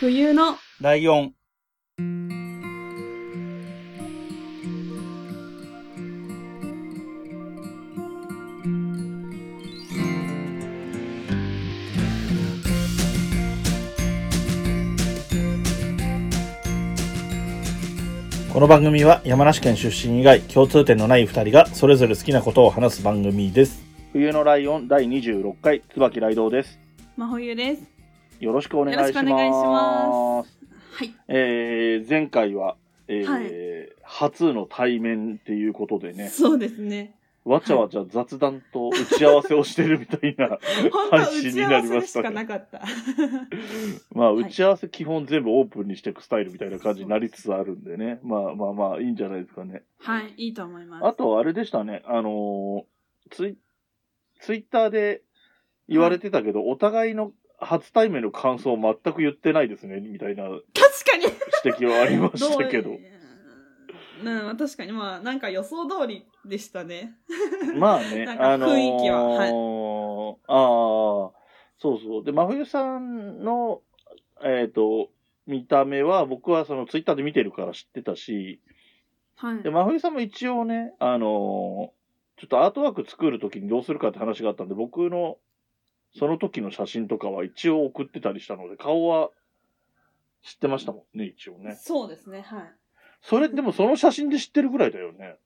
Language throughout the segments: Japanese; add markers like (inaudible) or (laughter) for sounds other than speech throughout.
冬のライオン。この番組は山梨県出身以外共通点のない2人がそれぞれ好きなことを話す番組です。冬のライオン第26回、椿雷道です。真冬です。よろしくお願いします。よろしくお願いしまはい。えー前回は、えーは初の対面っていうことでね、そうですね。わちゃわちゃ雑談と打ち合わせをしてるみたいな、 (laughs) 本当配は信打にち合なわ (laughs) りせまでししたかねなかった。まあ、い打ち合わせ基本全部オープンにしていくスタイルみたいな感じになりつつあるんでね、まあまあまあ、いいんじゃないですかね。はい、いいと思います。あと、あれでしたね、あのーツイ、ツイッターで言われてたけど、お互いの初対面の感想を全く言ってないですね、みたいな確かに指摘はありましうたけど。うん、確かにまあなんか予想通りでしたね。まあね、なんかあのー、雰囲気ははいああ、そうそう。で、真冬さんの、えっ、と、見た目は、僕はそのツイッターで見てるから知ってたし、はいで、。真冬さんも一応ね、あのーちょっとアートワーク作るときにどうするかって話があったんで、僕の、その時の写真とかは一応送ってたりしたので、顔は知ってましたもんね、一応ね。そうですね、はい。それ、でもその写真で知ってるぐらいだよね。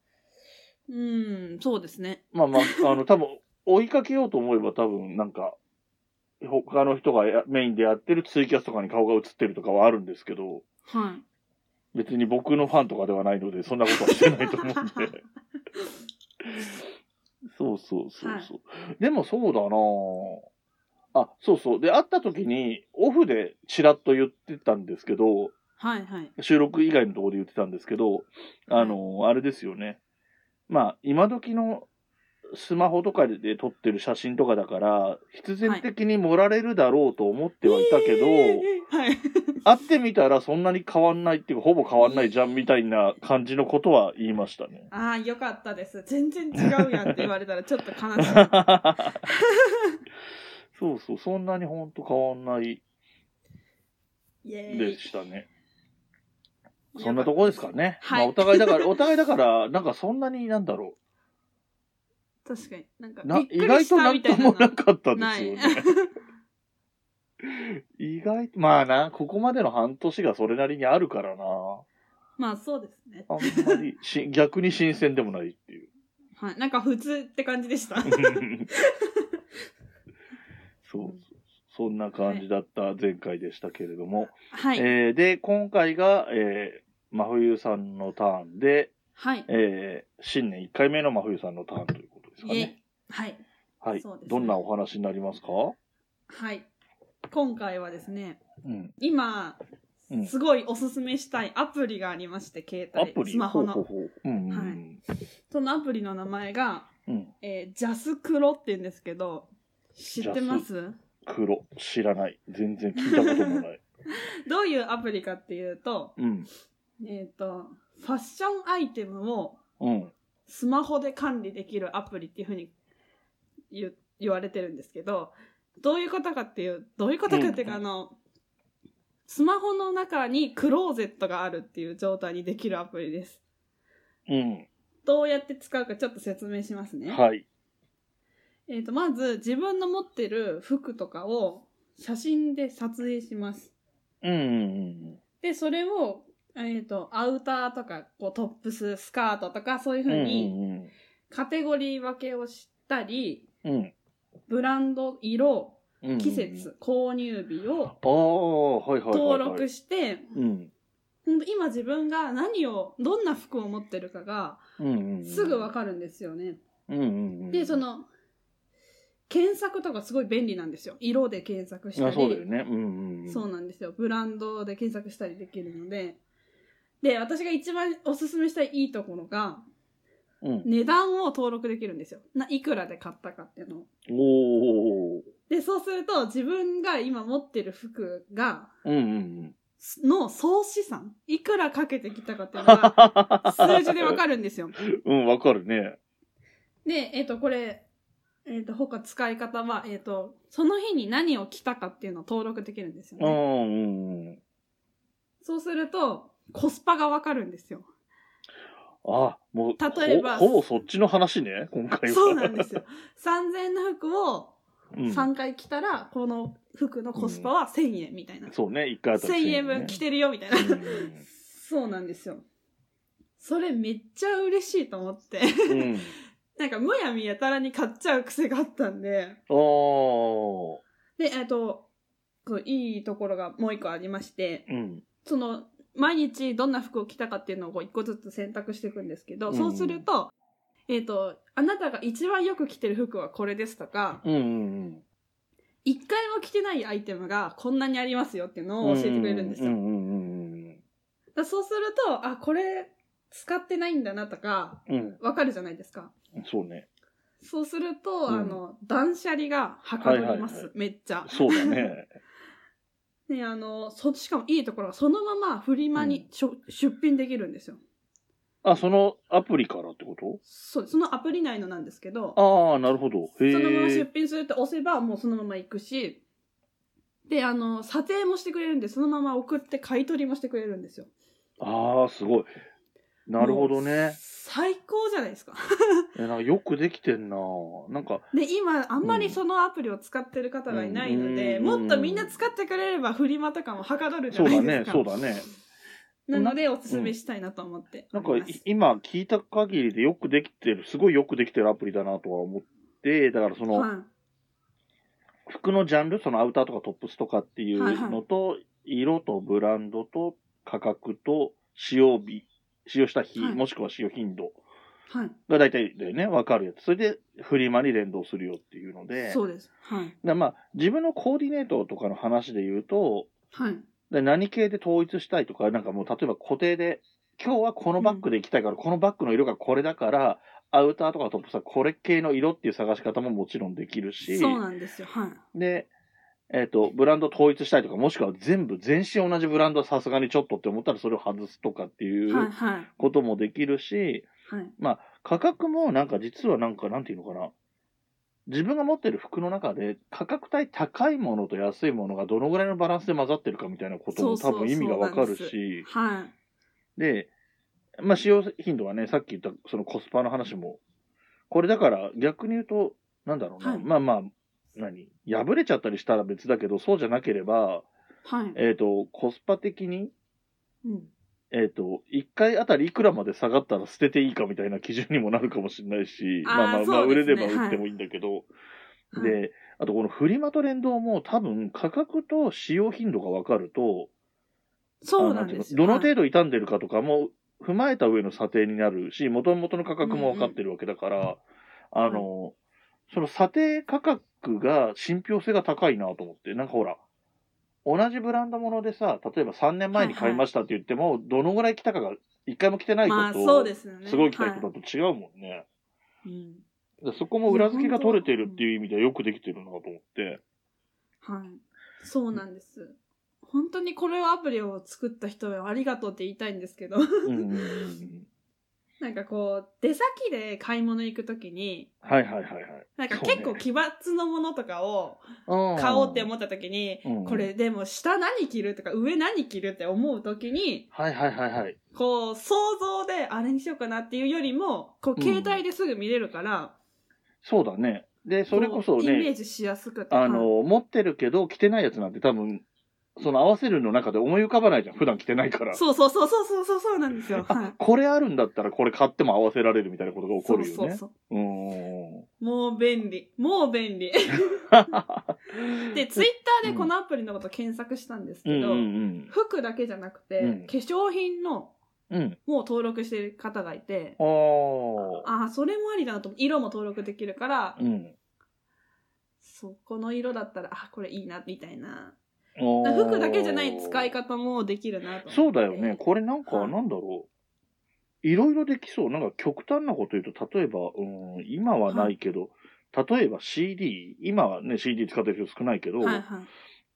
うん、そうですね。まあまあ、あの、多分、追いかけようと思えば多分、なんか、他の人がやメインでやってるツイキャスとかに顔が映ってるとかはあるんですけど、はい。別に僕のファンとかではないので、そんなことはしてないと思うんで。そうそうそうそう。でもそうだなぁあ、そうそう。で、会った時に、オフでちらっと言ってたんですけど、はい、はい。収録以外のところで言ってたんですけど、あの、あれですよね。まあ、今時のスマホとかで撮ってる写真とかだから、必然的に盛られるだろうと思ってはいたけど、はい。会ってみたらそんなに変わんないっていうか、ほぼ変わんないじゃんみたいな感じのことは言いまし (laughs) たね。ああ、よかったです。全然違うやんって言われたらちょっと悲しい。そうそう、そんなにほんと変わんないイエーでイ。したね。そんなとこですかね。はいまあ、お互いだから、お互いだから、なんかそんなになんだろ確かに。なんかう。な、びっ意くり外しとたなみんたいとなのもがなかったでなすいよ。ね。 (laughs) 意外と、まあな、ここまでの半年がそれなりにあるからな。まあそうですね。あんまり (laughs) し、逆に新鮮でもないっていう。はい。なんか普通って感じで (laughs) した。そう。そんな感じだった前回でしたけれども。はい。えーで、今回が、えー、真冬さんのターンで、はい。えー新年1回目の真冬さんのターンということですかイエイね。はい。はい、そうですねどんなお話になりますかはい。今回はですね、うん。今、うんすごいおすすめしたいアプリがありまして、携ア帯、プリスマホの。ほうほうほう。うんうんうん。そのアプリの名前が、うん。えージャスクロって言うんですけど、知ってます黒。知らない。全然聞いたこともない。どういうアプリかっていうと、 (laughs) うん。えっ、と、ファッションアイテムをうん。スマホで管理できるアプリっていうふうに言言われてるんですけど、どういうことかっていう、どういうことかっていうか、うんあの、スマホの中にクローゼットがあるっていう状態にできるアプリです。うん。どうやって使うかちょっと説明しますね。はい。えっ、と、まず自分の持ってる服とかを写真で撮影します。うんうんで、それを、えっ、と、アウターとか、こう、トップス、スカートとか、そういううん。うんふうにうんカテゴリー分けをしたり、うん。うんブランド、色、うんうん。季節、購入日をああ、はいはいはい、はい。登録して、うん。ほんと今自分が何を、どんな服を持ってるかがうんうんうん。すぐわかるんですよね。る。うんうんうん。で、そ、の、検索とかすごい便利なんですよ。色で検索したあり。そうだよね。うんうん。そうなんですよ。ブランドで検索したりできるので。で、私が一番おすすめしたいいいところが、うん。値段を登録できるんですよ。な、いくらで買ったかっていうのを。おお。で、そうすると、自分が今持ってる服が、うんうんすの総資産、いくらかけてきたかっていうの (laughs) が、うん。 (laughs) 数字でわかるんですよ。る。うん、わかるね。で、えっ、と、これ、ええっ、と、他使い方は、えっ、と、その日に何を着たかっていうのを登録できるんですようね。んうんうん。そうすると、コスパがわかるんですよ。あ、もう、例えばほほぼそっちの話ね、今回は。そうなんですよ。3000円の服をうん3回着たら、この服のコスパは1000円みたいな。そうね、一回あたり1000円分着て。てるよみたいな。うんそうなんですよ。それめっちゃ嬉しいと思って。うん。なんかむやみやたらに買っちゃう癖があったんで。おー。で、えっと、こういいところがもう一個ありまして、うん。その、毎日どんな服を着たかっていうのをこう一個ずつ選択していくんですけど、うんそうすると、えっ、と、あなたが一番よく着てる服はこれですとか、うんうん一回も着てないアイテムがこんなにありますよっていううのん。を教えてくれるんですよ。うだかんうんうんらそうすると、あ、これ使ってないんだなとか、うん。うん。わかるじゃないですか。そうね。そうすると、うんあの、断捨離がはかどります、はいはいはめっちゃ。そうだね。ね、あの、そ、しかもいいところは、そのままフリマに、しょ出品できるんですよ。あ、そのアプリからってことそう、そのアプリ内のなんですけど、ああ、なるほど。そへえ。のまま出品するって押せば、もうそのまま行くし、で、あの、査定もしてくれるんで、そのまま送って買い取りもしてくれるんですよ。ああ、すごい。なるほどね。最高じゃないですか。えなんかよくできてんな。なんか、で、今、あんまりそのアプリを使ってる方がいないので、うんもっとみんな使ってくれれば、フリマとかもはかどるじゃそうないだでねす、か。そうだね。なので、おすすめしたいなと思っておなんりかます。い、今聞いた限りでよくできてる、すごいよくできてるアプリだなとは思って、だからその、は服のジャンル、そのアウターとかトップスとかっていうのと、色とブランドと価格と使用日、使用した日、はいもしくは使用頻度い。はい。が大体だよね、わかるやつ。それでフリマに連動するよっていうので、そうです。はい。だからまあ、自分のコーディネートとかの話で言うと、はい。で何系で統一したいとか、なんかもう例えば固定で、今日はこのバッグで行きたいから、このバッグの色がこれだから、アウターとかトップスはこれ系の色っていう探し方ももちろんできるし、そうなんですよ。はい。で、えっ、と、ブランド統一したいとか、もしくは全部、全身同じブランドはさすがにちょっとって思ったらそれを外すとかっていはいうはい。こともできるし、はい。価格もなんか実はなんか、なんていうのかな、自分が持ってる服の中で価格帯高いものと安いものがどのぐらいのバランスで混ざってるかみたいなこともそ多うそう分意味がわかるし、そうはい。で、まあ、使用頻度はね、さっき言ったそのコスパの話も、これだから逆に言うと、なんだろうな、はいまあまあ、何破れちゃったりしたら別だけど、そうじゃなければ、はい。えっ、と、コスパ的に、うん。えっ、と、1回あたりいくらまで下がったら捨てていいかみたいな基準にもなるかもしれないし、あーまあまあ、まあ、そう売でれすねれば売ってもいいんだけど、はいで、あとこのフリマと連動も多分価格と使用頻度が分かると、そうなんですよ。あのどはのい程度傷んでるかとかも踏まえた上の査定になるし、元々の価格も分かってるわけだから、あの、その査定価格が信憑性が高いなと思って、なんかほら、同じブランドものでさ、例えば3年前に買いましたって言っても、どのぐらい来たかが1回も来てないまあ、ことそうですよね。すごい来た人だはと違うもんね。いうんでそこも裏付けが取れてるっていう意味ではよくできてるなと (laughs) 思って。はい。そうなんです。本当にこれをアプリを作った人はありがとうって言いたいんですけど、 (laughs) うんうんうんうん。なんかこう、出先で買い物行くときに、はいはいはいはい。なんか結構奇抜のものとかを構買おうって思ったときに、うんこれでも下何着るとか上何着るって思うときに、はいはいはいはい。こう、想像であれにしようかなっていうよりも、こうう、ん携帯ですぐ見れるから、そうだね。で、それこそうイメーね、ジしやすくて。あはい、の、持ってるけど着てないやつなんて多分、その合わせるの中で思い浮かばないじゃん。普段着てないから。そうそうそうそうそうそうそうなんですよ。はあい。これあるんだったらこれ買っても合わせられるみたいなことが起こるよね。そうそうそう。うーんもう便利。もう便利。で、ツイッターでこのアプリのこと検索したんですうんけど、うん服だけじゃなくて、うん化粧品のうん。うん。もう登録してる方がいて、ああ。ああ、それもありだなと思って、色も登録できるから、うん。そこの色だったら、あ、これいいな、みたいな。あー服だけじゃない使い方もできるなと思って。そうだよね。これなんか、はいなんだろう。いろいろできそう。なんか極端なこと言うと、例えば、うん、今はないけど、例えば CD、今はね、CD 使ってる人少ないけど、はいは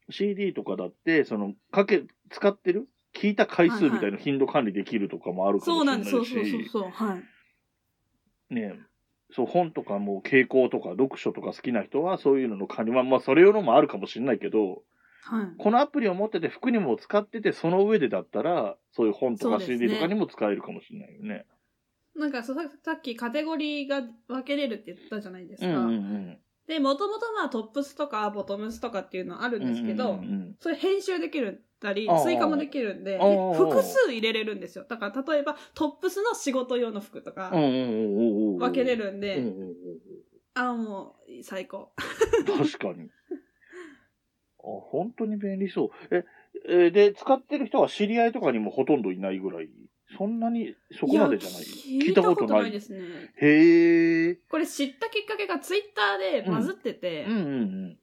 い。 CD とかだって、その、かけ、使ってる聞いた回数みたいな頻度管理できるとかもあるかもそうしれななんいです。し、そうそうそうそう。はい。ね、そう、本とかも傾向とか読書とか好きな人はそういうのの管理、まあまあそれ用のもあるかもしれないけど、はい。このアプリを持ってて服にも使ってて、その上でだったら、そういう本とそかうですね CD とかにも使えるかもしれないよね。なんかそうささっきカテゴリーが分けれるって言ったじゃないですうか。んうんうん。で、もともとまあトップスとかボトムスとかっていうのあるんですけど、うんうんそれ編集できるたりああ、追加もできるんで、ああで複数入れれるんですよ。だから例えばトップスの仕事用の服とうんかうんうんうん。分けれるるんで、うんうんうんああ、もう最高。うん。確かに。あ、本当に便利そう。え、えーで、使ってる人は知り合いとかにもほとんどいないぐらい、そんなにそこまでじゃない。 (laughs) や聞いたことないですね。へえ。これ知ったきっかけがツイッターでバズってて、うんうん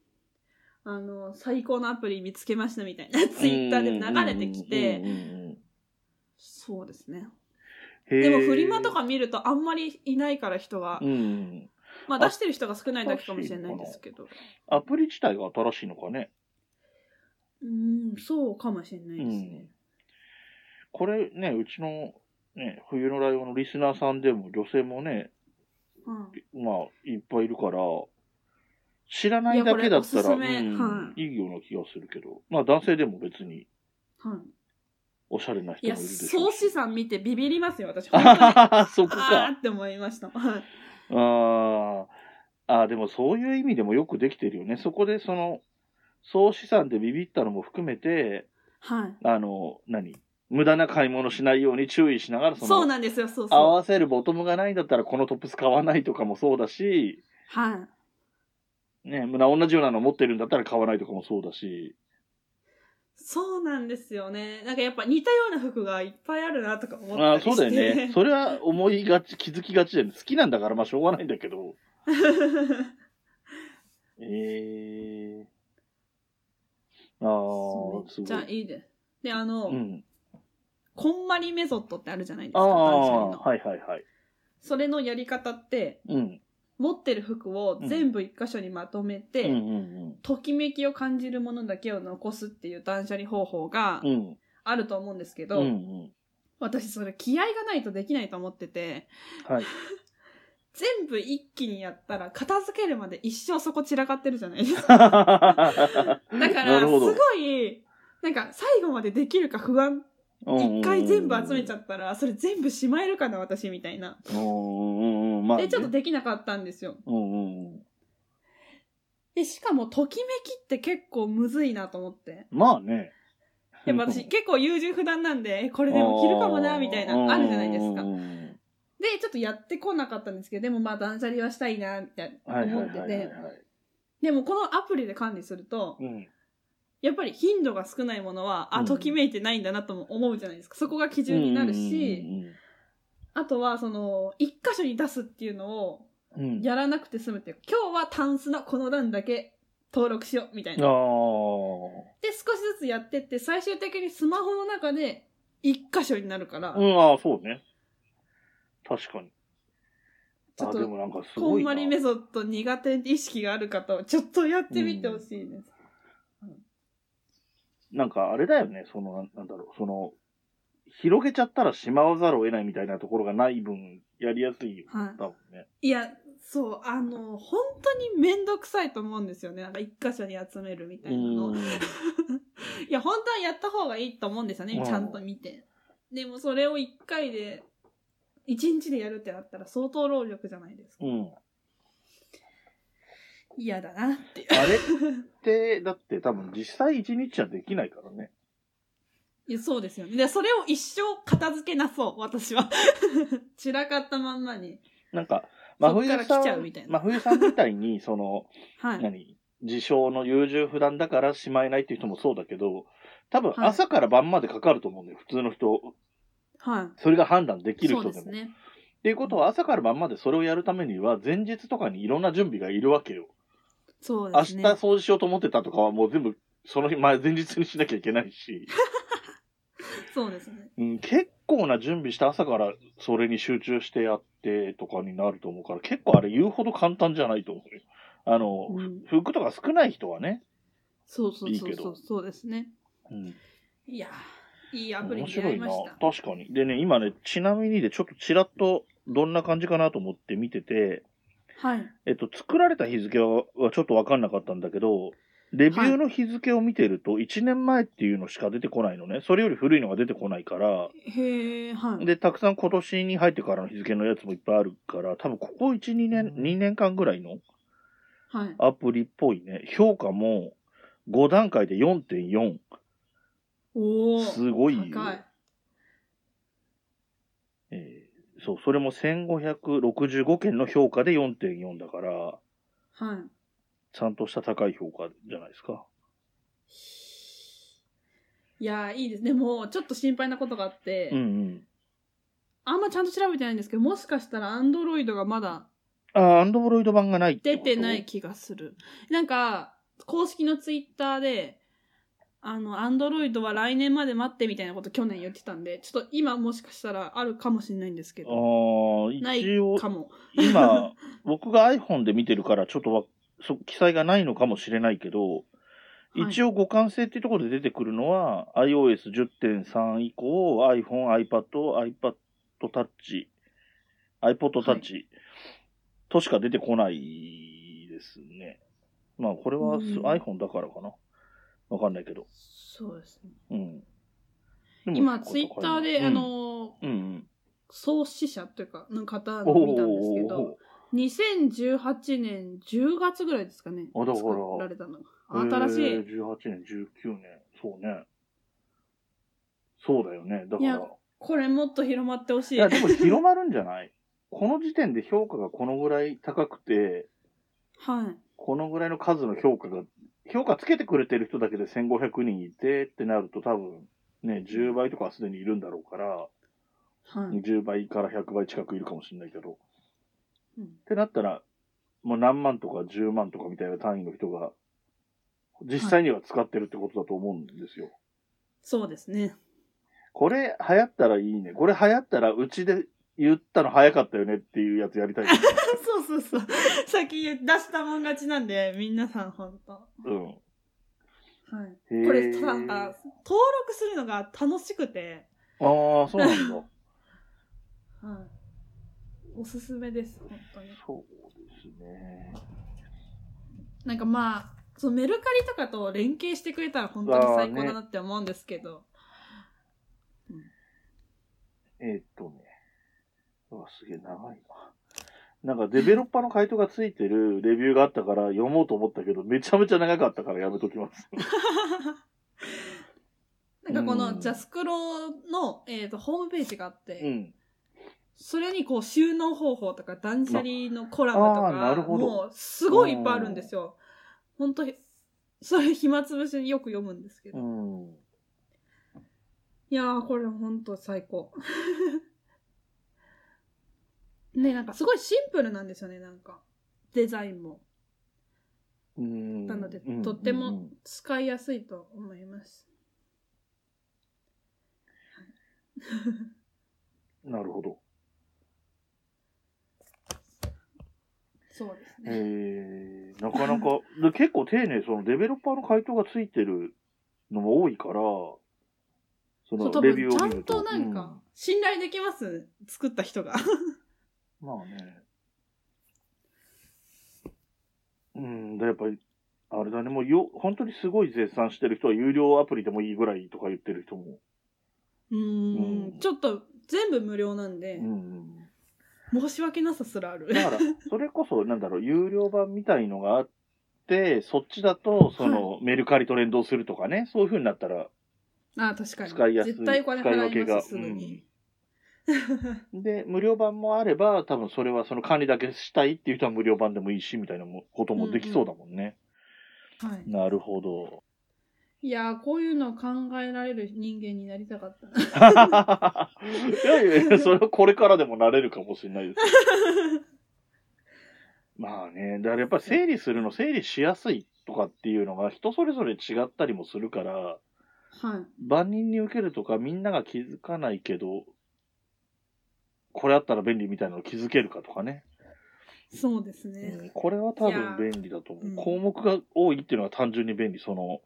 あの、最高のアプリ見つけましたみたいなうん。ツイッターで流れてきうてん、うんうんうん、そうですね。へーでもフリマと、か見るとあんまりいないから人が、うんうん。まあ出してる人が少ないだけかもしれないですけど。アプリ自体が新しいのかね。うん、そうかもしれないですね。これね、うちの、ね、冬のライオンのリスナーさんでも女性もね、うんまあ、いっぱいいるから、知らないだけだったいやこれら、おすすめうん、はいいような気がするけど、まあ男性でも別にはいおしゃれな人いもいや、るでしょ総う資し。産見てビビりますよ、 (laughs) 私。あ本当にあははそこあーか。って思いました。はいああー、でもそういう意味でもよくできてるよね。そこでその、総資産でビビったのも含めて、はい。あの、何無駄な買い物しないように注意しながら、その、そうなんですよ、そう合そう。わせるボトムがないんだったらこのトップス買わないとかもそうだし、はい。ね、まあ同じようなの持ってるんだったら買わないとかもそうだし、そうなんですよね。なんかやっぱ似たような服がいっぱいあるなとか思ったありして。そうだよね。それは思いがち、気づきがちだよね。好きなんだからまあしょうがないんだけど。ええああ、すめっちゃごい。いいです。で、あの、うん。こんまりメソッドってあるじゃないですあか、断捨離あ、の。はいはいはい。それのやり方って、うん。持ってる服を全部一箇所にまとめて、うんうんときめきを感じるものだけを残すっていう断捨離方法がうん。うん。あると思うんですけうど、んうん。私それ気合がないとできないと思ってて、 (laughs) はい。全部一気にやったら片付けるまで一生そこ散らかってるじゃないですか。だ (laughs) だから、すごい、なんか最後までできるか不安。一回全部集めちゃっったら、それ全部しまえるかな、私みたいな。た。うんうんうん。まあ、ね。で、ちょっとできなかったんですよ。うんうんうん。で、しかも、ときめきって結構むずいなと思って。まあね。やっぱ私結構優柔不断なんで、えこれでも着るかもな、みたいな、あるじゃないですかう。んで、ちょっとやってこなかったんですけど、でもまあ断捨離はしたいな、みたいなはいはい思はっいてはいては。い。でもこのアプリで管理すると、うん。やっぱり頻度が少ないものは、うあ、んときめいてないんだなとも思うじゃないですか。そこが基準になるし、あとはその、一箇所に出すっていうのをうんうんうんうん、やらなくて済むっていうか、今日はタンスのこの段だけ登録しよう、みたいあな。あ。で、少しずつやってって、最終的にスマホの中で一箇所になるから、うん、ああ、そうね。確かに。ちょっあでともなんかすこごんいな。まりメソッド苦手って意識がある方は、ちょっとやってみてほしいです。なんかあれだよね、その、なんなんだろう、その、広げちゃったらしまわざるを得ないみたいなところがない分、やりやすいよ。はい多分ね。いや、そう、あの、本当にめんどくさいと思うんですよね。なんか一箇所に集めるみたいなの。うんいや、本当はやった方がいいと思うんですようね。んちゃんと見て。でもそれを一回で、一日でやるってなったら相当労力じゃないですかう。 (laughs) ん。嫌だなっていう。あれって、だって多分実際一日じゃできないからね。いや、そうですよね。で、それを一生片付けなそう、私は。 (laughs) 散らかったまんまに。なんか、そ真っ冬からさん、来ちゃうみたいな真冬さんみたいに、(laughs) その、はい。何自称の優柔不断だからしまえないっていう人もそうだけど、多分はい朝から晩までかかると思うんだよ、普通の人。はい。それが判断できるそう人でですも。ね。っていうことは朝から晩までそれをやるためには、前日とかにいろんな準備がいるわけよ。そう明で日すね。掃除しようと思ってたとかはもう全部、その日前、前日にしなきゃいけないし、そうですね。うん、結構な準備して朝からそれに集中してやってとかになると思うから、結構あれ言うほど簡単じゃないと思うよ。あの、うん。服とか少ない人はね。そうそういそいうけそうどそうですね。うんいやー、いいアプリ面に出会白いいまなした。。確かに。でね、今ね、ちなみにで、ちょっとちらっとどんな感じかなと思って見てて、はい。えっと、作られた日付ははちょっとわかんなかったんだけど、レビューの日付を見てると、1年前っていうのしか出てこないのね。それより古いのが出てこないから、へえ、はい。で、たくさん今年に入ってからの日付のやつもいっぱいあるから、多分ここ1、2年、2年間ぐらいのはい。アプリっぽいね。評価も5段階で4.4。おお。すごいよ高い。えーそう、それも1565件の評価で4.4だから、はい。ちゃんとした高い評価じゃないですか。いやー、いいです。でも、ちょっと心配なことがあって、うんうん。あんまちゃんと調べてないんですけど、もしかしたらアンドロイドがまだあ、アンドロイド版がないって出ことてない。気がする。なんか、公式のツイッターで、あの、アンドロイドは来年まで待ってみたいなこと去年言ってたんで、ちょっと今もしかしたらあるかもしれないんですけあど、あ、ない一応か、も。今、 (laughs) 僕が iPhone で見てるから、ちょっとわそ記載がないのかもしれないけど、はい一応互換性っていうところで出てくるのは、iOS10.3 以降、iPhone、iPad、iPad Touch、iPod Touch、はいとしか出てこないですね。まあ、これはすうん iPhone だからかな。わかんないけど。そうですね。うん。でも今、結構ツイッターで、高いあ、なうんの、うんうん。創始者というか、の方おの見たんですけど、お2018年10月ぐらいですかね。あだから作られたのが。新しえい。ー18年、19年。そうね。そうだよね。だかいらや。これもっと広まってほしいい。や、でも広まるんじゃない (laughs) この時点で評価がこのぐらい高くて、はい。このぐらいの数の評価が、評価つけてくれてる人だけで1500人いてってなると多分、ね、10倍とかはすでにいるんだろうから、はい。 20倍から100倍近くいるかもしれないけど。っうんてなったら、もう何万とか10万とかみたいな単位の人が、実際には使ってるってことだと思うんですよ。そうですね。これ流行ったらいいね。これ流行ったらうちで言ったの早かったよねっていうやつや (laughs) りたい。そうそうそう。先出したもん勝ちなんで、皆さん本当。はうん。い。へーこれ、なんか、登録するのが楽しくて、ああ、そうなんだ。はい。おすすめです、本当に。そうですね。なんかまあ、そのメルカリとかと連携してくれたら本当に最高だなって思うんですけ (laughs) ど。えーっとね。うわ、すげえ長いな。なんかデベロッパーの回答がついてるレビューがあったから読もうと思ったけど、めちゃめちゃ長かったからやめときます。なんかこうんのジャスクロの、えー、とホームページがあって、うん。それにこう収納方法とか断捨離のコラムとああーなるかほどもうすごいいっぱいあるんですよ。本当それ暇つぶしによく読むんですけど。ういん。やーこれ本当最高。 (laughs) ねなんかすごいシンプルなんですよねなんかデザインもうん。なのでうんとってもうんうん使いやすいと思います。なるほど。そうですね。えー、なかなか、で結構丁寧、そのデベロッパーの回答がついてるのも多いから、そそうの多レビュ分ーちをゃ見るんと。となんか信頼できます、作った人が。うんまあね。うん、でやっぱり、あれだね、もうよ、本当にすごい絶賛してる人は有料アプリでもいいぐらいとか言ってる人も。うーうんんちょっと全部無料なんでう、ん。申し訳なさすらある。 (laughs) だ (laughs) から、それこそ、なんだろう、有料版みたいのがあって、そっちだと、その、メルカリと連動するとかね、そういう風になったら、ああ確かに。使いやすい絶対お金使い払い分けがます、すぐに。で、無料版もあれば、多分それはその管理だけしたいっていう人は無料版でもいいし、みたいなもこともできそうだもんね。はい。なるほど。いやー、こういうのを考えられる人間になりたかったな。 (laughs) いやいやいや、それはこれからでもなれるかもしれないです。まあね、だからやっぱり整理するの、整理しやすいとかっていうのが人それぞれ違ったりもするから、はい。万人に受けるとかみんなが気づかないけど、これあったら便利みたいなの気づけるかとかね。そうですうんね。これは多いや分便利だと思う。うん項目が多いっていうのは単純に便利。その、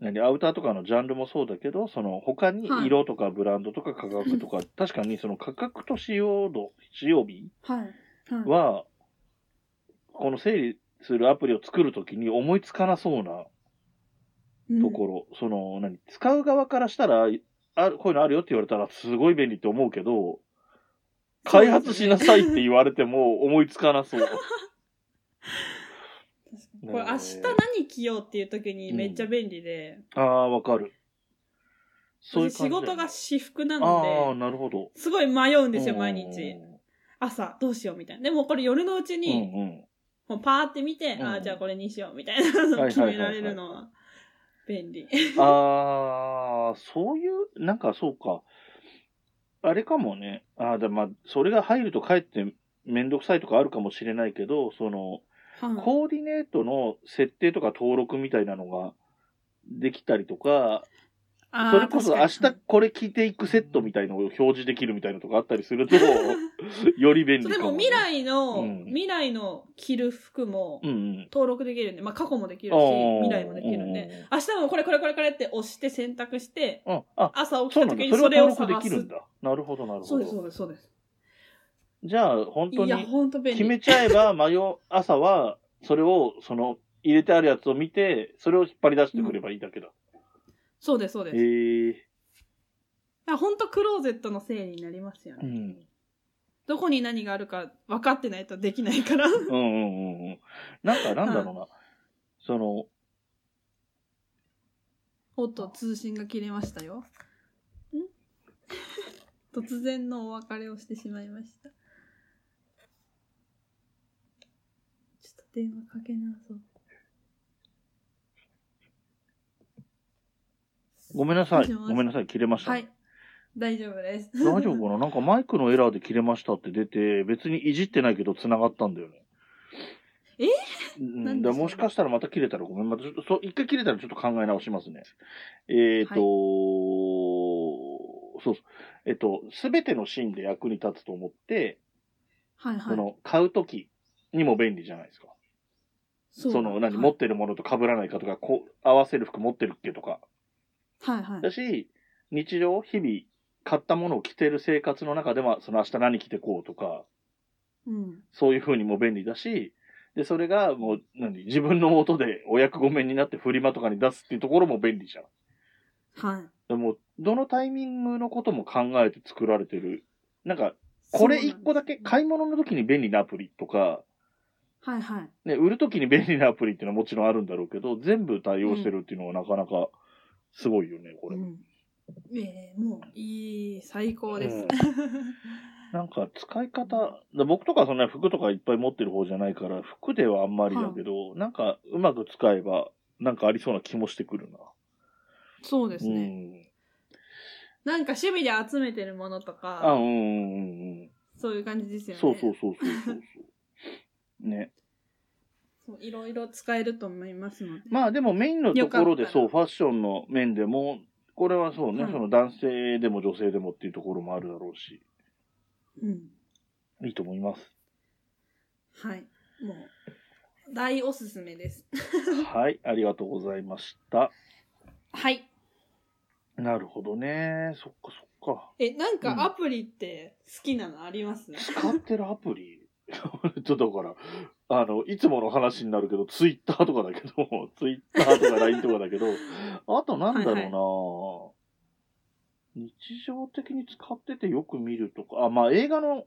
何、アウターとかのジャンルもそうだけど、その他にはい色とかブランドとか価格とか、確かにその価格と使用度、使用日はい。はい。は、この整理するアプリを作るときに思いつかなそうなうんところ、その、何、使う側からしたら、あるこういうのあるよって言われたら、すごい便利って思うけど、開発しなさいって言われても思いつかなそう。確かにこれ明日何着ようっていう時にめっちゃ便利で、ああ、わかる。そういう私仕感じだよね事が私服なああ、のなるほど。で、すごい迷うんですよ、毎う日。ん朝、どうしようみたいな。でもこれ夜のうちに、うんもうパーって見て、うんああ、じゃあこれにしようみたいなのはをい決はいはいはいめられるのは便利。うん、ああ、そういう、なんかそうか。あれかもね。ああ、でまあ、それが入るとかえってめんどくさいとかあるかもしれないけど、その、はいコーディネートの設定とか登録みたいなのができたりとか、あーそれこそ明日確かにこれ着ていくセットみたいのを表示できるみたいなのとかあったりす (laughs) ると、より便利そうかでも、もね。未来の、うん未来の着る服もうんうん。登録できるんで、まあ過去もできるあしー、未来もできるんで、。明日もこれこれこれこれって押して選択して、うんうん、あ、朝起きそうたなんだ時。にそそれれをを登録探ですき。るんだ。なるほど、なるそうほです、そうど。です、そうです。じゃあ、本当いや、にほんと便利。決めちゃえば、迷う、朝は、それを、その、入れてあるやつを見て、それを引っ張り出してくればいいだけだ。そうです、そうです。だかへえ。らほんとクローゼットのせいになりますよね。うん。どこに何があるか分かってないとできないから。うんうんうんうん。なんか、なんだろうな。その、おっと、通信が切れましたよ。ん (laughs) 突然のお別れをしてしまいました。ちょっと電話かけなそう。ごめんなさもい。しもしごめんなさい。切れました。はい。大丈夫です。大丈夫かな (laughs) なんかマイクのエラーで切れましたって出て、別にいじってないけど繋がったんだよね。えうんなんでだそかられもしかしたらまた切れたらごめん。またちょっと、そう、一回切れたらちょっと考え直しますね。えっ、と、はいそうそう。えっ、と、すべてのシーンで役に立つと思って、 (laughs) はいはそい。の、買うときにも便利じゃないですか。そその、何、はい持ってるものと被らないかとか、こう、合わせる服持ってるっけとか。はいはい。だし、日常、日々、買ったものを着てる生活の中では、その明日何着てこうとか、うん。そういう風にも便利だし、で、それがもう、何、自分の音でお役御免になってフリマとかに出すっていうところも便利じゃん。はい。でも、どのタイミングのことも考えて作られてる。なんか、これ一個だけ、そうなん買い物の時に便利なアプリとか、ですはいはい。ね、売る時に便利なアプリっていうのはもちろんあるんだろうけど、全部対応してるっていうのはなかなかすごいよね、これ。うん、ええもう、いい、最高です。うん (laughs) なんか使い方、だ僕とかはそんなに服とかいっぱい持ってる方じゃないから、服ではあんまりだけど、なんかうまく使えば、なんかありそうな気もしてくるな。そうですうね。ん。なんか趣味で集めてるものとあ、うか、んうんうんうん。そういう感じですよね。そうそうそうそうそうそう。 (laughs) ね。そういろいろ使えると思いますので。まあでもメインのところよでかったそう、らファッションの面でも、これはそうね、はいその男性でも女性でもっていうところもあるだろうし、うん。いいと思います。 (laughs) はい。もう、大おすすめです。はい、ありがとうございました。はい。なるほどね。そっかそっか。え、なんうんかアプリって好きなのあります、使ってるアプリ (laughs) ちょっとだから、あの、いつもの話になるけど、ツイッターとかだけど、 (laughs) ツイッターとか LINE とかだけど、あとなんだろうな、はい日常的に使っててよく見るとか、あ、まあ映画の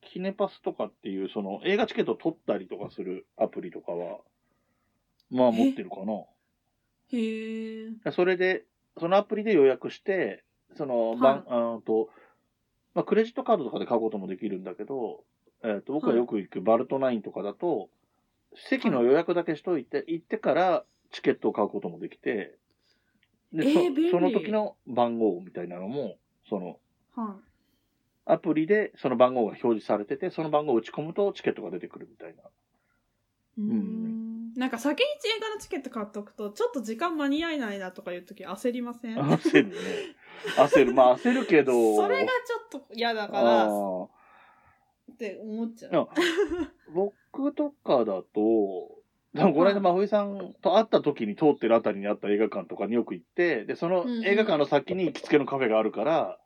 キネパスとかっていう、その映画チケット取ったりとかするアプリとかは、まあ持ってるかへえ。な。それで、そのアプリで予約して、その、いばんあーと、まあ、クレジットカードとかで買うこともできるんだけど、えっと僕がよく行くバルトナインとかだと、席の予約だけしといて、行ってからチケットを買うこともできて、でえー便利そその時の番号みたいなのも、そのはアプリでその番号が表示されてて、その番号を打ち込むとチケットが出てくるみたいな。 (laughs) い。うーん。なんか先に映画のチケット買っとくと、ちょっと時間間に合えないなとかいう時焦りません (laughs) 焦るね。焦る。まあ焦るけど。それがちょっと嫌だから、あっーて思っちゃ。いうや僕とかだと、でもこの間、真冬さんと会った時に通ってるあたりにあった映画館とかによく行って、で、そのうんうん映画館の先に行きつけのカフェがあるから、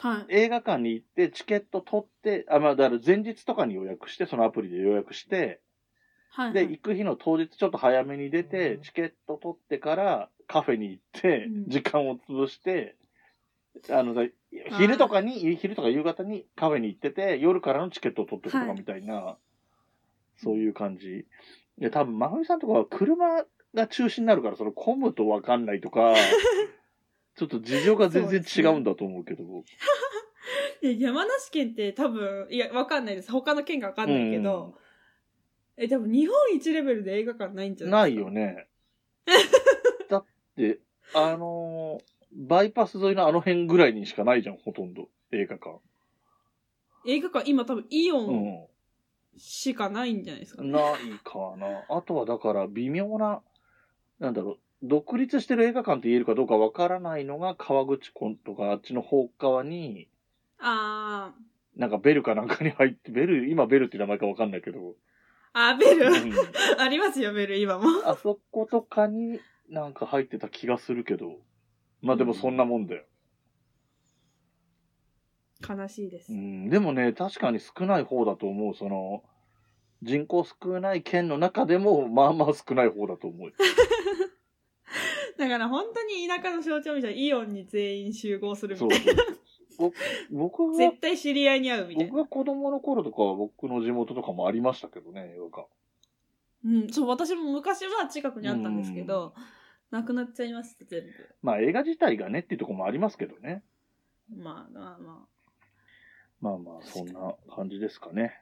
はい。映画館に行ってチケット取って、あ、まあ、だから前日とかに予約して、そのアプリで予約して、はい、はで、い。行く日の当日ちょっと早めに出て、チケット取ってからカフェに行ってう、ん時間を潰して、あの、だ昼とかに、昼とか夕方にカフェに行ってて、夜からのチケットを取ってくとかみたいな、そういう感じ。で、多分、まふみさんとかは車が中心になるから、その混むとわかんない (laughs) とか、ちょっと事情が全然違うんだと思うけど。いや山梨県って多分、いや、わかんないです。他の県がわかんないけど、え、多分日本一レベルで映画館ないんじゃなないいよね。 (laughs) だって、あのーバイパス沿いのあの辺ぐらいにしかないじゃん、ほとんど。映画館。映画館今多分イオうンん。しかないんじゃないですか、ねないかな。あとはだから微妙な、なんだろう、独立してる映画館と言えるかどうかわからないのが川口コンとかあっちの方側に、あーなんかベルかなんかに入って、ベル、今ベルって名前かわかんないけ (laughs) ど、あ、ベうル、ん (laughs) ありますよ、ベル、今も。あそことかになんか入ってた気がするけど、まあでもそんなもんだよ。悲しいです。うん、でもね、確かに少ない方だと思う。その、人口少ない県の中でも、まあまあ少ない方だ (laughs) と思う。だから本当に田舎の象徴みたいな、イオンに全員集合するみたそいうな。僕僕が絶、対知り合いに会うみたい僕な。が子供の頃とかは僕の地元とかもありましたけどね、映画館。うん、そう、私も昔は近くにあったんですけど、なくなっちゃいました、全まあ映画自体がねっていうところもありますけどね。部。まあまあままあまあ、そんな感じですかね。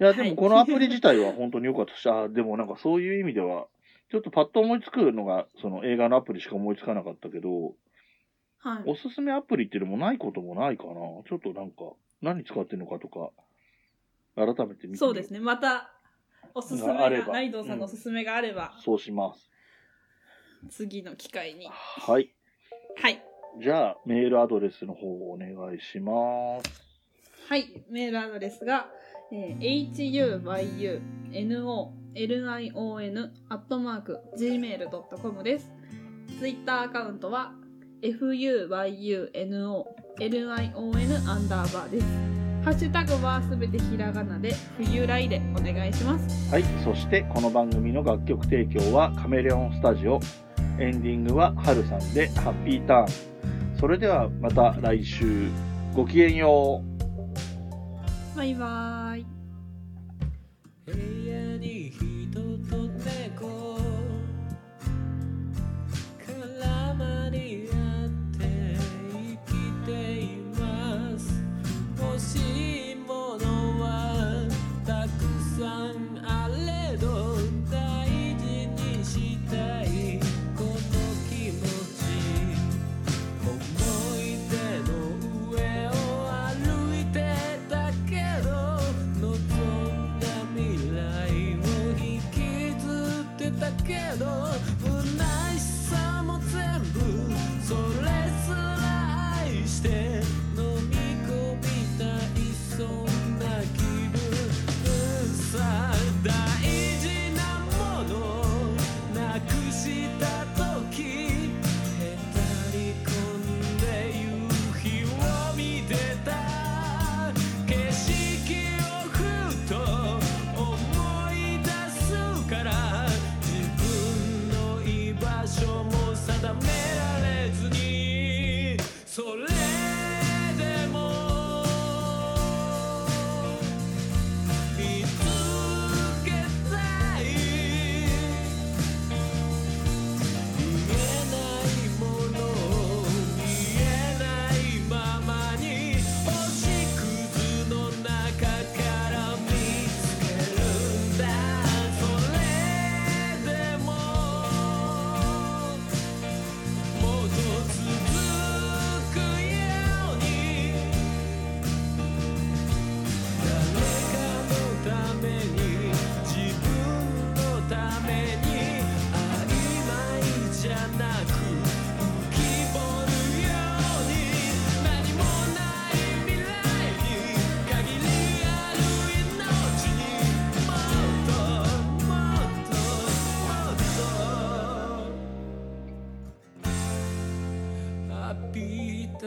いや、ではもいこのアプリ自体は本当に良かったし、あ、でもなんかそういう意味では、ちょっとパッと思いつくのが、その映画のアプリしか思いつかなかったけど、あ。はい。おすすめアプリっていうのもないこともないかな。ちょっとなんか、何使ってるのかとか、改めて見てみよそうですね。また、おすすめがあが、れば内藤さんのおすすめがあれば、そうします。次の機会に。はい。はい。じゃあ、メールアドレスの方をお願いします。はい。メールアドレスが、えー、huyunolion アットマーク gmail.com です。ツイッターアカウントは、fuyunolion アンダーバーです。ハッシュタグはすべてひらがなで、冬来でお願いします。はい。そして、この番組の楽曲提供はカメレオンスタジオ。エンディングはハルさんでハッピーターン。それではまた来週。ごきげんよう。バイバーイ。部屋に人と猫絡まり合って生きています欲しいものはたくさんあれど大事にしたいこの気持ち「思い出の上を歩いてたけど」「望んだ未来を引きずってたけど」「虚しさも全部それすら愛して」「飲み込みたいそんな気分さ」「大事なものなくした時」へたり込んで夕日を見てた景色をふと思い出すから自分の居場所も定められずにそれでも見つけたい「見えないもの見えないままに星屑の中から見つけるんだ」「それでももっと続くように」「誰かのために自分のために」「曖昧じゃなく浮き彫るように」「何もない未来に限りある命にもっともっともっと」「浴びた」